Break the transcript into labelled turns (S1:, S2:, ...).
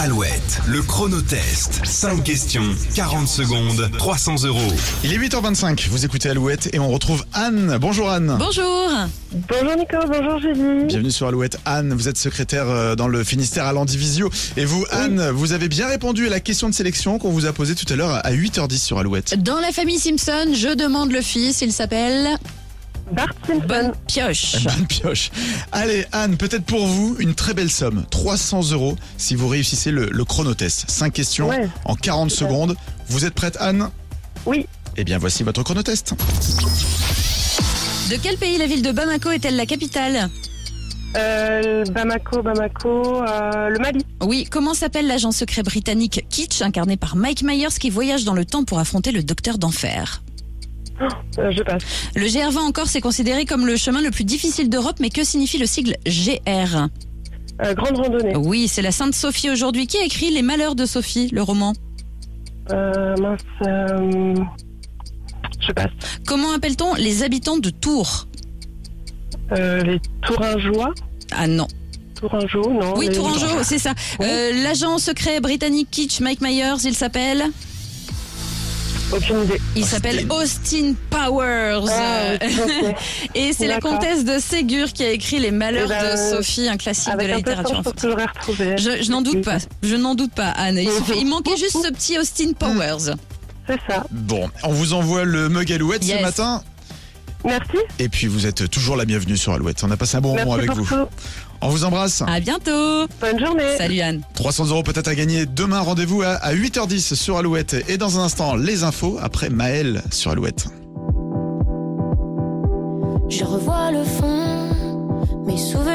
S1: Alouette, le chronotest. 5 questions, 40 secondes, 300 euros.
S2: Il est 8h25, vous écoutez Alouette et on retrouve Anne. Bonjour Anne.
S3: Bonjour
S4: Bonjour Nico, bonjour Julie.
S2: Bienvenue sur Alouette Anne, vous êtes secrétaire euh, dans le Finistère à l'Andivisio. Et vous Anne, vous avez bien répondu à la question de sélection qu'on vous a posée tout à l'heure à 8h10 sur Alouette.
S3: Dans la famille Simpson, je demande le fils, il s'appelle
S4: Bart Simpson.
S3: Bonne Pioche.
S2: Bonne pioche. Allez Anne, peut-être pour vous une très belle somme, 300 euros si vous réussissez le, le chronotest. 5 questions
S4: Ouais.
S2: en 40 secondes. Vous êtes prête Anne
S4: Oui,
S2: Eh bien voici votre chronotest.
S3: De quel pays la ville de Bamako est-elle la capitale
S4: euh, Bamako, Bamako, euh, le Mali.
S3: Oui, comment s'appelle l'agent secret britannique Kitsch, incarné par Mike Myers, qui voyage dans le temps pour affronter le docteur d'enfer
S4: Euh, je passe.
S3: Le GR20 en Corse est considéré comme le chemin le plus difficile d'Europe, mais que signifie le sigle GR
S4: Euh, grande randonnée.
S3: Oui, c'est la Sainte Sophie aujourd'hui. Qui a écrit Les Malheurs de Sophie, le roman Oh.
S4: Euh, mince. euh, je passe.
S3: Comment appelle-t-on les habitants de Tours
S4: Euh, les Touringeois.
S3: Ah non.
S4: Touringeau, non.
S3: Oui,
S4: les-
S3: Tourangeau, c'est ça.
S4: Euh, Oui.
S3: Euh, L'agent secret britannique Kitsch, Mike Myers, il s'appelle
S4: Aucune idée.
S3: Il
S2: Austin.
S3: s'appelle Austin Powers. Euh,
S4: Ah, oui, ok.
S3: Et c'est la
S4: D'accord.
S3: comtesse de Ségur qui a écrit Les Malheurs
S4: Eh ben,
S3: de Sophie, un classique de
S4: Avec
S3: la
S4: un peu de
S3: littérature
S4: temps, je pense
S3: enfantine.
S4: que j'aurais retrouvé.
S3: Je, je n'en doute pas, je n'en doute pas, Anne. Il,
S4: Oh,
S3: suffit- il manquait juste ce petit Austin Powers.
S4: Mm. C'est ça.
S2: Bon, on vous envoie le mug Alouette ce
S3: Yes.
S2: matin.
S4: Merci.
S2: Et puis vous êtes toujours la bienvenue sur Alouette. On a passé un bon moment
S4: Merci
S2: avec
S4: pour
S2: vous.
S4: tout.
S2: On vous embrasse.
S3: À bientôt.
S4: Bonne journée.
S3: Salut Anne.
S2: 300 euros peut-être à gagner. Demain, rendez-vous à, à 8h10 sur Alouette. Et dans un instant, les infos après Maël sur Alouette.
S5: Je revois le fond, mes souvenirs.